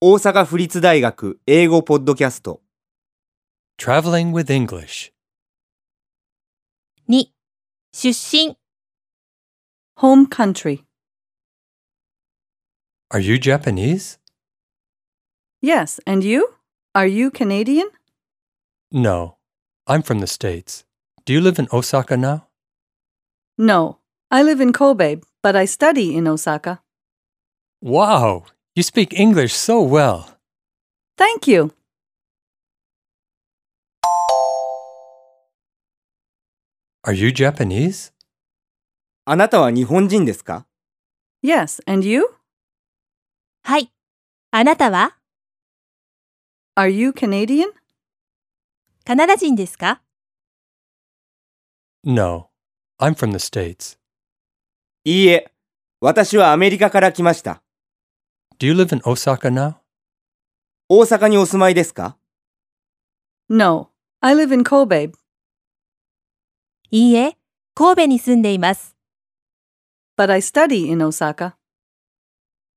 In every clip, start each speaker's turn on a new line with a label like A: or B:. A: 大阪府立大学英語ポッドキャスト
B: Traveling with English.
C: 2. 出身
D: home country.
B: Are you Japanese?
D: Yes, and you? Are you Canadian?
B: No. I'm from the States. Do you live in Osaka now?
D: No. I live in Kobe, but I study in Osaka.
B: Wow! You speak English so well.
D: Thank you.
B: Are you Japanese?
A: あなたは日本人ですか
D: Yes, and you?
C: はい。あなたは
D: Are you Canadian?
C: カナダ人ですか
B: No. I'm from the States.
A: いいえ、私はアメリカから来ました。
B: Do you live in Osaka now?
A: 大阪にお住まいですか
D: No. I live in Kobe.
C: いいえ、神戸に住んでいます。
D: But I study in Osaka.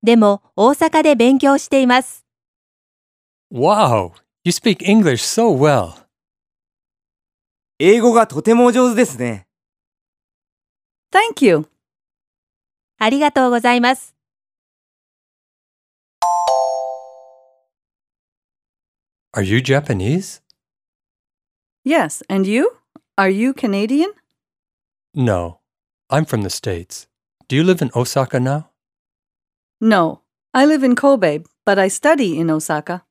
C: でも、大阪で勉強しています。
B: Wow! You speak English so well.
A: 英語がとてもお上手ですね。
D: Thank you.
C: ありがとうございます。
B: Are you Japanese?
D: Yes, and you? Are you Canadian?
B: No. I'm from the States. Do you live in Osaka now?
D: No. I live in Kobe, but I study in Osaka.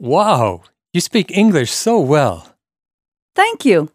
B: Wow! You speak English so well.
D: Thank you.